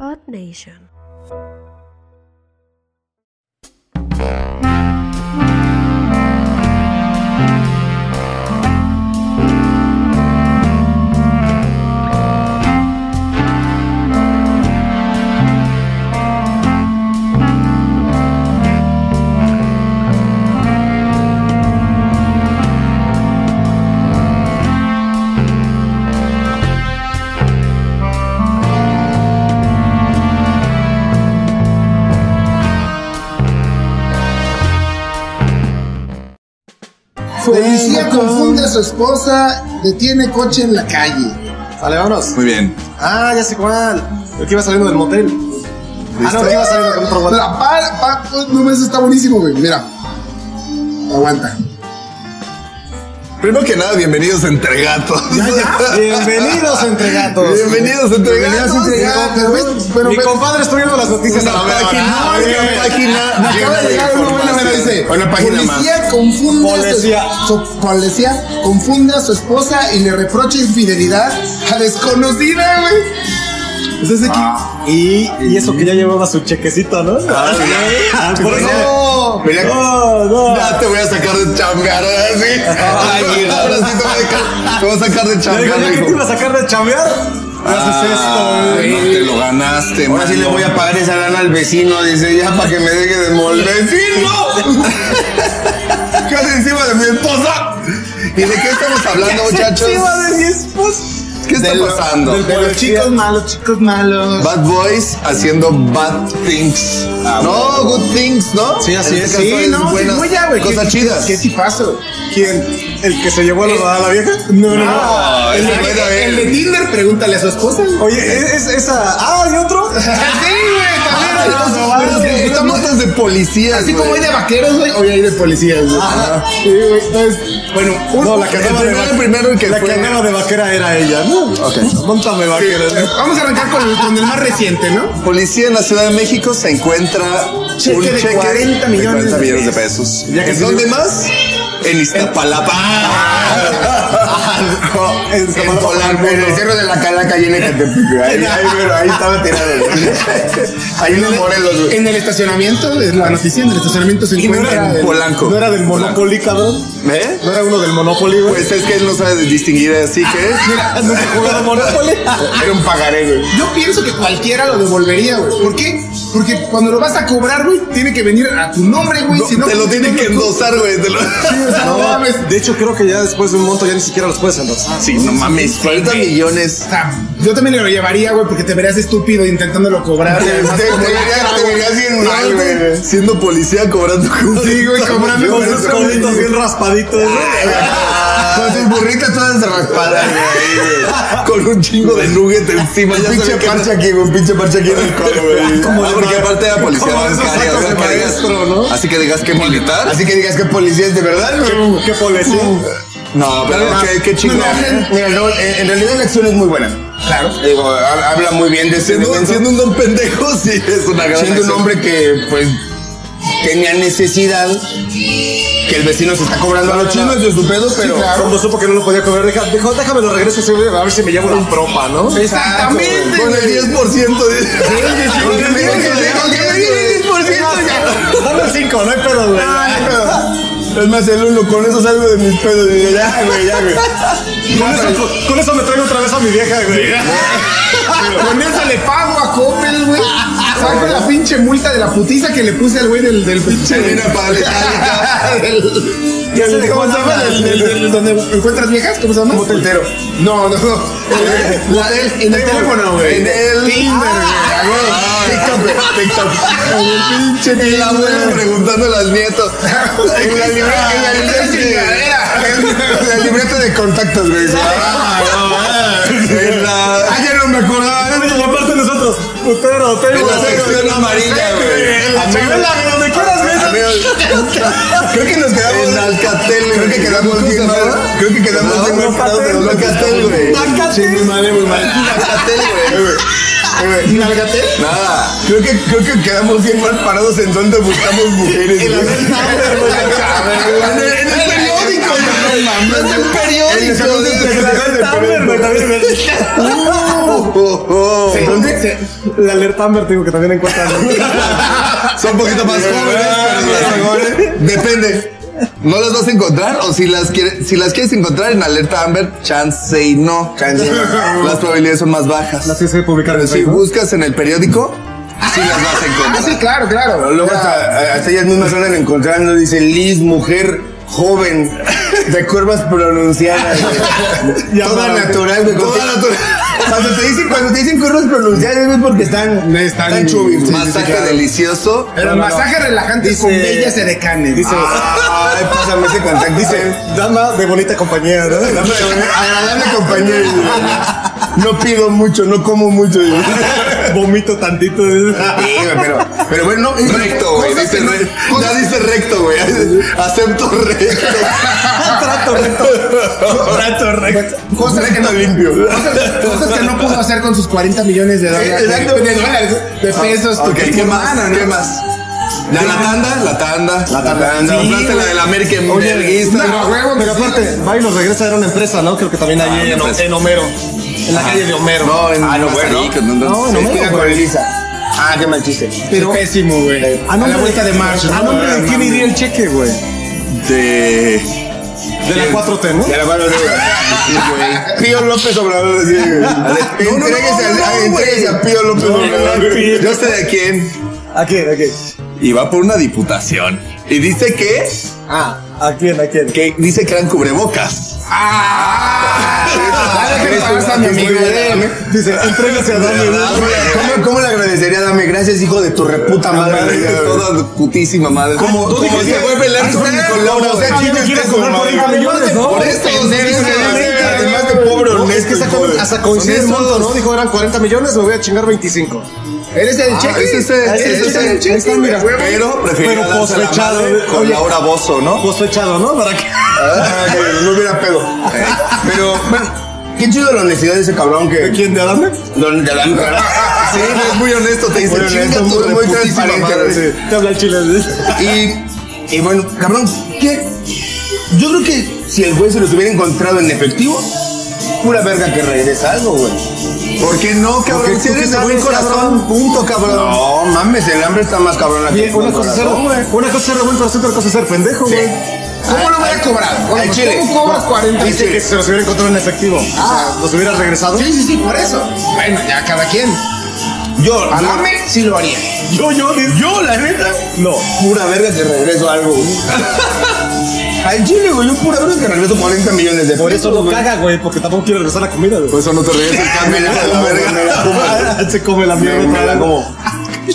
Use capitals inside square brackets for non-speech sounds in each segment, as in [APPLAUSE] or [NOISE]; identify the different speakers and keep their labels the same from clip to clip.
Speaker 1: Earth Nation.
Speaker 2: Policía confunde a su esposa, detiene coche en la calle.
Speaker 3: Vale, vámonos.
Speaker 4: Muy bien.
Speaker 3: Ah, ya sé cuál. El que iba saliendo del motel. Ah, no, el que iba saliendo con otro guante.
Speaker 2: La par, par- no mames, está buenísimo, güey. Mira. Aguanta.
Speaker 4: Primero que nada, bienvenidos a Entre Gatos.
Speaker 3: Bienvenidos entre gatos.
Speaker 4: [LAUGHS] Bienvenidos a Entre
Speaker 2: Venías
Speaker 4: Gatos.
Speaker 2: entregado, pero ves, pero
Speaker 3: Mi
Speaker 2: ve-
Speaker 3: compadre está viendo las noticias a la
Speaker 4: Una página,
Speaker 3: vez.
Speaker 4: una página.
Speaker 2: Me acaba de llegar una buena, mira, dice.
Speaker 4: Una página más.
Speaker 2: policía confunde
Speaker 3: Policía.
Speaker 2: a su, su- policía confunde a su esposa y le reprocha infidelidad a desconocida, güey.
Speaker 3: Pues es de aquí. Y, y eso que ya llevaba su chequecito, ¿no?
Speaker 4: Ah, sí.
Speaker 3: [LAUGHS] Ah, por eso.
Speaker 4: Mira.
Speaker 3: No, no.
Speaker 4: Ya te voy a sacar de chambear ahora sí. Ay, ahora sí te voy a sacar, te voy a sacar de
Speaker 3: Le digo,
Speaker 4: chambear,
Speaker 3: ¿ya que te
Speaker 4: hijo.
Speaker 3: iba a sacar de chambear? ¿Qué haces esto?
Speaker 4: Ay,
Speaker 3: güey?
Speaker 4: no te lo ganaste,
Speaker 5: Ahora sí le
Speaker 4: mano.
Speaker 5: voy a pagar esa lana al vecino, dice ya, para que me deje de molestar.
Speaker 4: ¡Vecino! Casi encima de mi esposa. ¿Y de qué estamos hablando, muchachos?
Speaker 3: Encima de mi esposa.
Speaker 4: ¿Qué está pasando?
Speaker 2: De los chicos malos, chicos malos.
Speaker 4: Bad Boys haciendo bad things. no, good things, ¿no?
Speaker 3: Sí, así
Speaker 4: En
Speaker 3: es.
Speaker 4: este caso
Speaker 3: Sí,
Speaker 4: es
Speaker 3: no,
Speaker 4: buenas Cosas chidas.
Speaker 2: ¿Qué tipazo?
Speaker 3: ¿Quién? ¿El que se llevó a la, a la vieja?
Speaker 2: No, no,
Speaker 4: No,
Speaker 2: no.
Speaker 4: ese
Speaker 2: El
Speaker 4: güey
Speaker 2: de-
Speaker 4: también.
Speaker 2: el de Tinder, pregúntale a su esposa.
Speaker 4: [LAUGHS]
Speaker 2: güey.
Speaker 3: Oye, es, es- esa. Ah, ¿y otro?
Speaker 2: Sí, güey, también.
Speaker 4: Ah,
Speaker 2: no, no,
Speaker 4: pero
Speaker 2: no,
Speaker 4: es que
Speaker 2: no,
Speaker 4: Estamos notas de policías.
Speaker 2: Así
Speaker 4: güey.
Speaker 2: como hay de vaqueros, güey, hoy hay de policías, güey.
Speaker 3: Ajá.
Speaker 2: Sí, güey, entonces, bueno, un-
Speaker 3: No, la que
Speaker 4: El
Speaker 3: andaba de
Speaker 4: primero, el
Speaker 3: vaquera.
Speaker 4: primero el que
Speaker 3: La que
Speaker 4: fue.
Speaker 3: andaba de vaquera era ella, ¿no? Ok. Montame vaquera.
Speaker 2: eh, vamos a arrancar con el, con el más reciente, ¿no?
Speaker 4: Policía en la Ciudad de México se encuentra
Speaker 2: Cheque
Speaker 4: un
Speaker 2: de
Speaker 4: cheque
Speaker 2: 40 millones
Speaker 4: de 40
Speaker 2: de
Speaker 4: millones de pesos.
Speaker 3: Ya que
Speaker 4: ¿En
Speaker 3: se
Speaker 4: dónde más? En Iztapalapa.
Speaker 5: [LAUGHS]
Speaker 4: No, en
Speaker 5: En
Speaker 4: Polanco,
Speaker 5: en el
Speaker 4: no.
Speaker 5: cerro de la calaca llena que te ahí, ahí, pero ahí estaba tirado.
Speaker 4: [LAUGHS]
Speaker 5: Ahí en los Morelos, güey.
Speaker 2: En el estacionamiento, es la noticia, en el estacionamiento se
Speaker 4: Y no era
Speaker 2: encuentra.
Speaker 4: en
Speaker 2: el-
Speaker 4: Polanco.
Speaker 3: ¿No era del Monopoly, cabrón?
Speaker 4: ¿Eh?
Speaker 3: ¿No era uno del Monopoly, güey? Ah,
Speaker 4: Pues es que él no sabe distinguir, así
Speaker 5: [LAUGHS]
Speaker 4: que.
Speaker 3: Mira, nunca he [LAUGHS] jugado Monopoly.
Speaker 5: Era un pagaré, güey.
Speaker 2: Yo pienso que cualquiera lo devolvería, güey. ¿Por qué? Porque cuando lo vas a cobrar, güey, tiene que venir a tu nombre, güey. si no, pues,
Speaker 4: te lo tienen que
Speaker 2: no-
Speaker 4: endosar, güey. te lo-
Speaker 2: o sea, no mames.
Speaker 3: de hecho, creo que ya después de un monto ya ni siquiera los puedes endosar.
Speaker 4: Sí, no mames, 40 millones.
Speaker 2: O sea, yo también lo llevaría, güey, porque te verías estúpido intentándolo cobrar.
Speaker 4: Te
Speaker 2: güey, además,
Speaker 4: te-
Speaker 2: como-
Speaker 4: te verías te verías bien mal, güey.
Speaker 5: güey.
Speaker 4: Siendo policía cobrando con
Speaker 2: Sí, güey, cobrando
Speaker 3: Ah, Con
Speaker 2: Con
Speaker 3: sus
Speaker 2: sus
Speaker 3: colitos
Speaker 2: colitos
Speaker 3: bien raspaditos,
Speaker 5: Con sus burritas todas raspadas, güey.
Speaker 4: Con un chingo de nugget encima. Ya
Speaker 5: Un
Speaker 4: se
Speaker 5: pinche
Speaker 4: ve que
Speaker 5: parche aquí, güey. Un pinche parche aquí en el codo, güey.
Speaker 4: Ah, porque aparte era policía
Speaker 3: como esos
Speaker 4: bancaria.
Speaker 3: sacos
Speaker 4: o sea,
Speaker 3: de
Speaker 4: que digas-
Speaker 3: maestro, ¿no?
Speaker 4: Así que digas que militar.
Speaker 5: Así que digas que policía es de verdad, güey.
Speaker 3: ¿Qué policía?
Speaker 4: No, pero qué, qué chingón. ¿eh?
Speaker 5: Mira, no, en en realidad la acción es muy buena.
Speaker 2: Claro.
Speaker 5: Digo, ha- habla muy bien de ese
Speaker 4: Siendo,
Speaker 5: elemento.
Speaker 4: siendo un don pendejo, [LAUGHS] sí, es una gran
Speaker 5: siendo un
Speaker 4: acción.
Speaker 5: hombre que pues tenía necesidad que el vecino se está cobrando a los chinos de su pedo, pero
Speaker 3: Cuando supo que no lo podía comer, deja- dijo, déjame lo regreso ese güey, a ver si me llevo la propa, ¿no?
Speaker 2: Exactamente.
Speaker 4: Con el 10% de... [LAUGHS] Con el 10%, con el 10% ya.
Speaker 3: Dame cinco, no hay pedo, güey.
Speaker 5: es más el uno con eso salgo de mis pedos y digo, ya güey, ya güey.
Speaker 3: Con eso, con- con eso me traigo otra vez a mi vieja, güey.
Speaker 2: Con eso le pago a Coppel, güey. Saco la pinche multa de la putiza que le puse al güey del, del pinche.
Speaker 4: Termina
Speaker 5: [LAUGHS]
Speaker 4: para la Itálica.
Speaker 2: del-
Speaker 3: Ya se dejó
Speaker 2: ¿Cómo se llama?
Speaker 3: nada.
Speaker 2: Del- del- del- donde encuentras viejas, ¿cómo se llama? Motentero. No, no, no.
Speaker 4: [LAUGHS]
Speaker 2: El- la- el- en el teléfono, güey.
Speaker 4: En el-
Speaker 2: Tinder, güey.
Speaker 4: TikTok, güey, TikTok.
Speaker 2: Ah, Pinche
Speaker 4: Y la abuela
Speaker 2: Tinder.
Speaker 4: preguntándole al nieto. [LAUGHS] En la libreta, en la libreta de- en la libreta de contactos, güey. Ah, En la,
Speaker 2: Ah, ya no me acordaba.
Speaker 3: Y aparte nosotros, putero, tengo
Speaker 4: en la sección amarilla, güey.
Speaker 3: Chabela, donde quieras, güey.
Speaker 4: Creo que nos quedamos en Alcatel, creo que quedamos bien mal. Creo que quedamos bien mal. parados, pero Alcatel, güey.
Speaker 3: Chingue madre, muy mal.
Speaker 4: Alcatel, güey.
Speaker 5: [LAUGHS]
Speaker 2: Nalgate.
Speaker 4: Nada. Creo que, creo que quedamos bien mal parados en donde buscamos mujeres. güey. En el en el periódico, güey. En el periódico.
Speaker 5: Eric
Speaker 4: Eric
Speaker 5: Claudio
Speaker 4: Claudio
Speaker 5: se
Speaker 4: Claudio
Speaker 5: quedó en
Speaker 4: Tamber,
Speaker 3: güey, también
Speaker 5: Oh, oh.
Speaker 3: ¿Dónde? La alerta Amber, te digo que también encuentran.
Speaker 5: Ah,
Speaker 4: Son un poquito más jóvenes, pero las mejores.
Speaker 5: Depende. ¿No las vas a encontrar? O si las, quiere- si las quieres encontrar en alerta Amber, chance y no. Las probabilidades son más bajas.
Speaker 3: Así se publicaron en
Speaker 5: Pero si
Speaker 3: Facebook.
Speaker 5: buscas en el periódico, sí las vas a
Speaker 2: Ah, sí,
Speaker 5: encontrar.
Speaker 2: claro, claro.
Speaker 4: Luego
Speaker 2: Ya.
Speaker 4: hasta, hasta ellas mismas andan encontrando, dice Liz, mujer joven, de curvas pronunciadas. güey.
Speaker 3: Ya
Speaker 4: toda
Speaker 3: va, güey.
Speaker 4: natural, güey.
Speaker 5: Toda natural.
Speaker 4: Cuando te dicen, cuando te dicen curvas pronunciadas es porque están,
Speaker 2: Están-
Speaker 4: están chubis, güey.
Speaker 5: Masaje delicioso.
Speaker 2: Pero
Speaker 3: No, no,
Speaker 2: masaje relajante con
Speaker 3: Dice-
Speaker 2: bellas edecanes.
Speaker 3: Dice,
Speaker 4: Ay, pásame ese contacto. Dice,
Speaker 3: dama de bonita compañía, ¿no?
Speaker 4: dame agradable compañero. güey. No pido mucho, no como mucho. güey.
Speaker 3: Vomito tantito.
Speaker 4: Sí, güey, pero, pero bueno, no,
Speaker 5: Recto, güey. Dice re- ya dice recto, güey. Acepto recto.
Speaker 3: Trato recto. Trato recto.
Speaker 4: [LAUGHS]
Speaker 2: cosas que no,
Speaker 4: limpio.
Speaker 2: cosas, cosas que no pudo hacer con sus 40 millones de dólares.
Speaker 5: Exacto.
Speaker 2: De dólares, de
Speaker 3: Ah,
Speaker 2: pesos.
Speaker 5: Ok,
Speaker 2: tu-
Speaker 5: ¿qué
Speaker 2: tu
Speaker 5: más?
Speaker 2: hermana, ¿no?
Speaker 5: ¿Qué más? Ya la tanda, la tanda. La
Speaker 4: tanda.
Speaker 5: Compraste la de la América en
Speaker 3: Oye,
Speaker 5: verguista.
Speaker 2: no, huevo,
Speaker 3: Pero aparte, va y los regresa a una empresa, ¿no? Creo que también ahí en, en Homero. En la calle de Homero.
Speaker 5: No, en
Speaker 4: Ah, no, bueno.
Speaker 5: Mazarik, en donde-
Speaker 3: No, en
Speaker 5: sí.
Speaker 3: Homero.
Speaker 4: Mira con Elisa. Ah, qué mal chiste.
Speaker 2: Pero pésimo, güey. A, la vuelta de marzo.
Speaker 3: ¿A nombre de quién iría el cheque, güey?
Speaker 5: De.
Speaker 3: De la 4T, ¿no?
Speaker 4: Ya la mano de Pío López Obrador. así, güey.
Speaker 5: no, no,
Speaker 4: Entréguese al-
Speaker 5: no,
Speaker 4: ah,
Speaker 5: güey.
Speaker 4: entréguese a Pío López Obrador. güey.
Speaker 5: Yo sé de quién.
Speaker 3: ¿A quién? ¿A quién?
Speaker 5: Y va por una diputación. Y dice que.
Speaker 3: Ah, ¿a quién? ¿A quién?
Speaker 5: que dice que eran cubrebocas.
Speaker 2: Ah, déjame
Speaker 4: Eres
Speaker 2: pasar a
Speaker 4: un-
Speaker 2: mi
Speaker 4: eres
Speaker 2: amiga.
Speaker 4: muy bueno.
Speaker 3: Dice, entrégase a Dami.
Speaker 5: ¿Verdad, güey?
Speaker 4: ¿Cómo, ¿Cómo le agradecería a Dame? Gracias, hijo de tu reputa madre. güey.
Speaker 5: Toda putísima madre. Como
Speaker 3: tú dijiste-
Speaker 5: se vuelve el arco
Speaker 4: Como
Speaker 5: Nicolau.
Speaker 4: sea,
Speaker 3: Ah, yo
Speaker 4: chingas
Speaker 3: quiero
Speaker 4: que
Speaker 3: cobrar
Speaker 4: su
Speaker 3: 40
Speaker 4: madre.
Speaker 3: millones, ¿no?
Speaker 5: Por eso, sí,
Speaker 4: Dice, además-
Speaker 5: sí,
Speaker 4: Además de pobre
Speaker 3: No, es
Speaker 4: honesto.
Speaker 3: que saca-
Speaker 4: hijo de-
Speaker 3: hasta coincide el monto, ¿no? Dijo eran 40 millones, me voy a chingar 25.
Speaker 2: ¿Eres el
Speaker 5: Ah,
Speaker 2: cheque?
Speaker 5: ese es el-
Speaker 2: ¿Eres
Speaker 5: ese es el
Speaker 2: cheque?
Speaker 3: Ahí está, mira.
Speaker 2: Huevo.
Speaker 5: Pero
Speaker 3: Pero
Speaker 5: prefiero
Speaker 3: cosechado, güey.
Speaker 5: con
Speaker 3: Oye.
Speaker 5: Laura Bozo, ¿no?
Speaker 3: Cosechado, Pues ¿no? Para que.
Speaker 4: Ah, que No hubiera pedo. Pero, bueno, qué chido la honestidad de ese cabrón que.
Speaker 3: ¿De [LAUGHS] quién? ¿De Adame?
Speaker 4: Donde la
Speaker 5: Ah, Sí, es muy honesto, te dice
Speaker 4: Muy honesto,
Speaker 5: chinga tu
Speaker 4: muy- muy
Speaker 5: reputísima
Speaker 4: transparente,
Speaker 5: madre".
Speaker 4: güey.
Speaker 3: Te habla el chile. ¿sí?
Speaker 4: Y, y bueno, cabrón, ¿qué? Yo creo que si el güey se los hubiera encontrado en efectivo, pura verga que regresa algo, güey.
Speaker 5: ¿Por qué no,
Speaker 4: Porque
Speaker 5: cabrón? Si
Speaker 4: tú
Speaker 5: eres
Speaker 4: qué
Speaker 5: de buen
Speaker 4: sabes,
Speaker 5: corazón, punto, cabrón.
Speaker 4: No, mames, el hambre está más cabrón aquí.
Speaker 3: Bien, Una cosa es ser, una cosa es ser de buen corazón, otra cosa es ser pendejo, güey.
Speaker 2: ¿Cómo lo voy a cobrar?
Speaker 4: Al chile.
Speaker 2: ¿Cómo cobras 40?
Speaker 3: Dice que se los hubiera encontrado en efectivo. O
Speaker 4: Ah.
Speaker 3: sea, los hubiera regresado.
Speaker 2: Sí, sí, sí, por eso. Bueno, ya cada quien.
Speaker 4: Yo,
Speaker 2: A sí lo haría.
Speaker 3: Yo, yo, yo, la neta. No.
Speaker 4: pura verga que regreso algo, güey. [LAUGHS] Al chile, güey, yo pura verga que regreso 40 millones de
Speaker 3: Por eso no
Speaker 4: pesos, güey.
Speaker 3: caga, güey, porque tampoco quiere regresar la comida, güey.
Speaker 5: Por eso no te ríes el
Speaker 4: Me la
Speaker 5: cambio, la
Speaker 4: como,
Speaker 5: verga.
Speaker 4: me la como.
Speaker 3: [LAUGHS] Se come la mierda.
Speaker 4: Me la
Speaker 3: otra vez.
Speaker 4: como.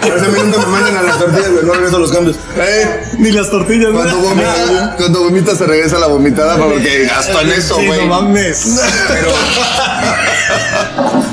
Speaker 4: Por eso a mí nunca me mandan a las tortillas, güey, no regreso los cambios.
Speaker 5: Eh,
Speaker 3: Ni las tortillas, güey.
Speaker 5: Cuando vomita, cuando vomita se regresa la vomitada porque gastó en eso,
Speaker 3: Sí,
Speaker 5: güey.
Speaker 3: no mames.
Speaker 4: [LAUGHS]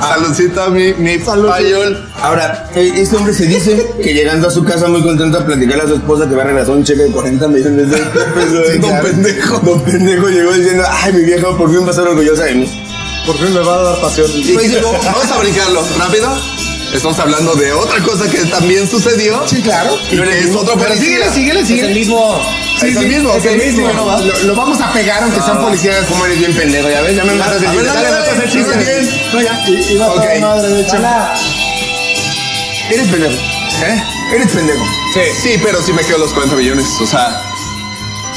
Speaker 5: Saludcita, mi, mi payol.
Speaker 4: Ahora, eh, este hombre se dice que llegando a su casa muy contento a platicar a su esposa que va a regresar un cheque de 40 millones de pesos.
Speaker 5: Sí, don pendejo.
Speaker 4: Don pendejo llegó diciendo, ay, mi vieja por fin va a estar orgullosa de mí.
Speaker 3: Por fin me va a dar pasión.
Speaker 5: Y
Speaker 4: Pues
Speaker 5: digo, vamos a brincarlo, rápido. Estamos hablando de otra cosa que también sucedió.
Speaker 2: Sí, claro.
Speaker 5: Y que es otro
Speaker 2: Pero síguele,
Speaker 5: policía.
Speaker 2: síguele,
Speaker 3: Es el
Speaker 2: síguele.
Speaker 3: mismo.
Speaker 5: Es el mismo,
Speaker 3: Es el
Speaker 5: ok.
Speaker 3: mismo. Ah.
Speaker 5: Bueno, va.
Speaker 2: Lo, lo vamos a pegar aunque sean policías.
Speaker 4: Como eres bien pendejo, ya ves, ya me matas el
Speaker 5: Ah. A ver, dale,
Speaker 4: chiste. Dale,
Speaker 5: dale,
Speaker 4: matas el chiste.
Speaker 5: dale.
Speaker 4: bien.
Speaker 3: No, ya. Y- y va
Speaker 5: Ok.
Speaker 3: toda madre, de hecho.
Speaker 4: Eres pendejo. ¿Eh? Eres pendejo.
Speaker 5: Sí, pero sí me quedo los 40 millones. O sea,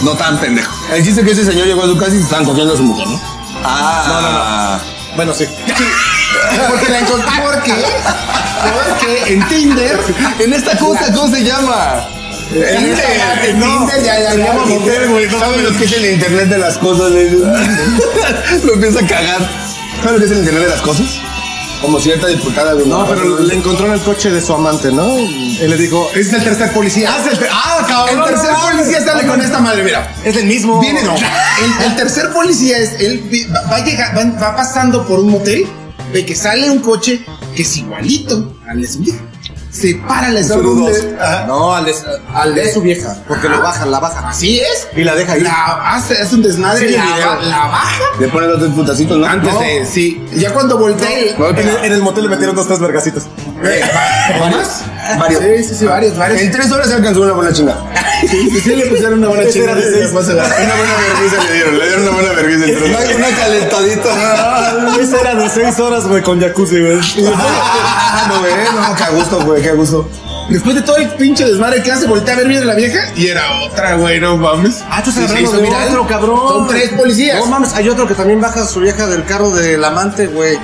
Speaker 5: no tan pendejo.
Speaker 4: El chiste es que ese señor llegó a su casa y se estaban cogiendo a su mujer, ¿no?
Speaker 5: Ah,
Speaker 3: Bueno, sí.
Speaker 2: Porque la encontré. ¿Por qué? Porque en Tinder.
Speaker 5: En esta cosa, ¿cómo se llama?
Speaker 2: En Tinder, en Tinder, ya, ya, ya.
Speaker 4: ¿Saben lo que es el internet de las cosas? [LAUGHS] le digo?
Speaker 5: Lo empieza a cagar.
Speaker 4: ¿Saben lo que es el internet de las cosas? Como cierta diputada de
Speaker 3: No, pero le encontró en el coche de su amante, ¿no? Él le dijo.
Speaker 2: Ese es el tercer policía.
Speaker 3: "Haz el te- ¡Ah, cabrón!
Speaker 2: El tercer
Speaker 3: no mames".
Speaker 2: policía sale con esta madre, mira.
Speaker 3: Es el mismo.
Speaker 2: Viene,
Speaker 3: [LAUGHS]
Speaker 2: no. El, el tercer policía es, él vi- va, va llega- va- va pasando por un motel, ve que sale un coche que es igualito al de su hija. se para el
Speaker 3: Saludos.
Speaker 2: desorden. Ajá.
Speaker 3: No, al de, al de su vieja. Porque lo baja, la baja.
Speaker 2: Así es.
Speaker 3: Y la deja ahí.
Speaker 2: La hace, hace un desmadre,
Speaker 3: Sí,
Speaker 2: la,
Speaker 3: el video.
Speaker 2: la baja.
Speaker 4: Le ponen los tres putacitos, ¿no?
Speaker 2: Antes
Speaker 4: No.
Speaker 2: de, sí. Ya cuando volteé.
Speaker 5: No,
Speaker 3: En el, en el motel le metieron dos, tres vergacitos.
Speaker 2: Eh, va- ¿Más?
Speaker 4: Varios.
Speaker 2: Sí, sí, sí, varios, varios.
Speaker 4: En tres horas se alcanzó una buena chinga.
Speaker 2: Sí, sí, sí, le pusieron una buena
Speaker 3: Ese
Speaker 2: chingada.
Speaker 3: era de seis.
Speaker 5: Una buena vergüenza le dieron, le dieron una buena vergüenza. Una, una calentadita.
Speaker 3: Esa Ah, era de seis horas, güey, con jacuzzi, güey.
Speaker 4: Ah, no, güey, no, qué a gusto, güey, qué a gusto.
Speaker 2: Después de todo el pinche desmadre que hace, volteé a ver bien a la vieja y era otra, güey, no mames.
Speaker 3: Ah, tú
Speaker 2: Sí,
Speaker 3: estás
Speaker 2: se
Speaker 3: hablando
Speaker 2: hizo
Speaker 3: de
Speaker 2: viral.
Speaker 3: otro, cabrón.
Speaker 2: Son tres policías.
Speaker 3: No mames, hay otro que también baja a su vieja del carro del amante, güey.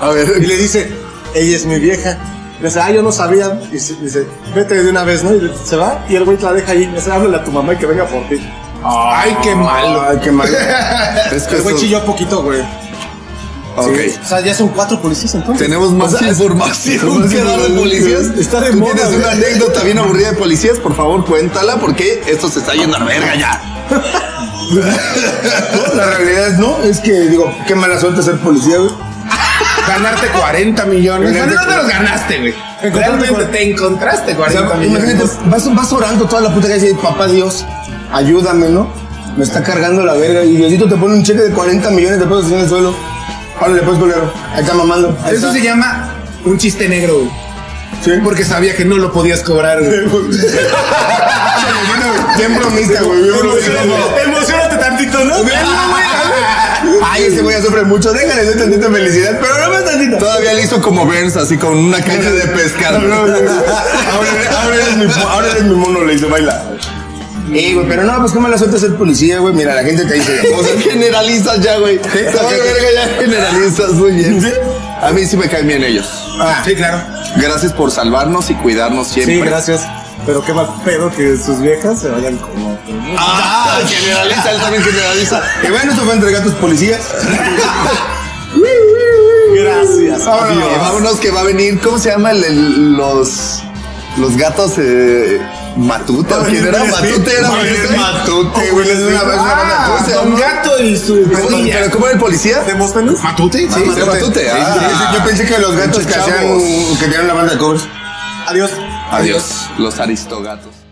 Speaker 5: A ver,
Speaker 3: Y le dice, ella es mi vieja. Le dice, ah, yo no sabía. Y se- dice, vete de una vez, ¿no? Y le- se va. Y el güey te la deja ahí. Le dice, háblale a tu mamá y que venga por ti.
Speaker 2: Ay, qué malo.
Speaker 4: Ay, qué [LAUGHS] malo.
Speaker 5: es que
Speaker 3: El güey
Speaker 5: eso-
Speaker 3: chilló poquito, güey.
Speaker 5: Ok.
Speaker 3: Sí. O sea, ya son cuatro policías entonces.
Speaker 5: Tenemos más
Speaker 4: [LAUGHS]
Speaker 5: información que dar de policías.
Speaker 3: Está de
Speaker 5: ¿Tú
Speaker 3: moda,
Speaker 5: ¿Tienes una
Speaker 3: güey.
Speaker 5: anécdota bien aburrida de policías? Por favor, cuéntala porque esto se está yendo a la verga ya.
Speaker 4: [LAUGHS] La realidad es, no, es que digo, qué mala suerte ser policía, güey.
Speaker 2: Ganarte 40 millones. Pero no te los ganaste, güey. Realmente te encontraste
Speaker 4: O sea,
Speaker 2: 40
Speaker 4: imagínate,
Speaker 2: millones.
Speaker 4: vas, vas orando toda la puta calle y dices, papá Dios, ayúdame, ¿no? Me está cargando la verga y Diosito te pone un cheque de 40 millones de pesos en el suelo. Órale, pues, culero. Ahí está mamando. Ahí
Speaker 2: Eso
Speaker 4: está.
Speaker 2: se llama un chiste negro, güey.
Speaker 4: Sí.
Speaker 2: Porque sabía que no lo podías cobrar, güey.
Speaker 4: Bien bromista, güey. bien bromista.
Speaker 3: Emocionate tantito, ¿no?
Speaker 4: [LAUGHS] Ay, ese güey ya sufre mucho. Déjale, doy tantita felicidad, pero no más tantita.
Speaker 5: Todavía le hizo como Burns, así con una caña de pescar.
Speaker 4: Ahora eres- ahora eres mi, ahora eres mi mono, le dice, baila. Ey, güey, pero no, pues qué mala suerte ser policía, güey. Mira, la gente te [LAUGHS] dice las
Speaker 5: O sea,
Speaker 4: cosas.
Speaker 5: generalizas ya, güey. Te vale verga ya [LAUGHS] generalizas, muy bien. A mí sí me caen bien ellos.
Speaker 4: Ah,
Speaker 2: Sí, claro.
Speaker 5: Gracias por salvarnos y cuidarnos siempre.
Speaker 3: Sí, gracias. Pero qué mal pedo que sus viejas se vayan como.
Speaker 4: [LAUGHS]
Speaker 5: Ah, generaliza, él también generaliza.
Speaker 4: y bueno, esto fue entre gatos policías.
Speaker 5: [LAUGHS]
Speaker 3: Gracias.
Speaker 5: Vámonos.
Speaker 3: adiós.
Speaker 5: vámonos que va a venir, ¿cómo se llama? el- el- los, los gatos eh, Matuta. ¿o ¿Quién era? Matute era Matute, güey. Es una- es una banda.
Speaker 2: Ah,
Speaker 5: ¿Cómo se
Speaker 2: Don
Speaker 5: llama?
Speaker 2: Gato y su
Speaker 5: Pero-
Speaker 2: pandilla.
Speaker 5: ¿Pero cómo era el policía?
Speaker 3: ¿Demóstenes?
Speaker 2: ¿Matute? Sí.
Speaker 5: Matute. Matute, ah.
Speaker 4: Ah, Sí, sí, sí, yo pensé que los gatos que
Speaker 5: Pinches
Speaker 4: hacían,
Speaker 5: chavos.
Speaker 4: que tenían la banda de covers.
Speaker 3: Adiós.
Speaker 5: Adiós, los aristogatos.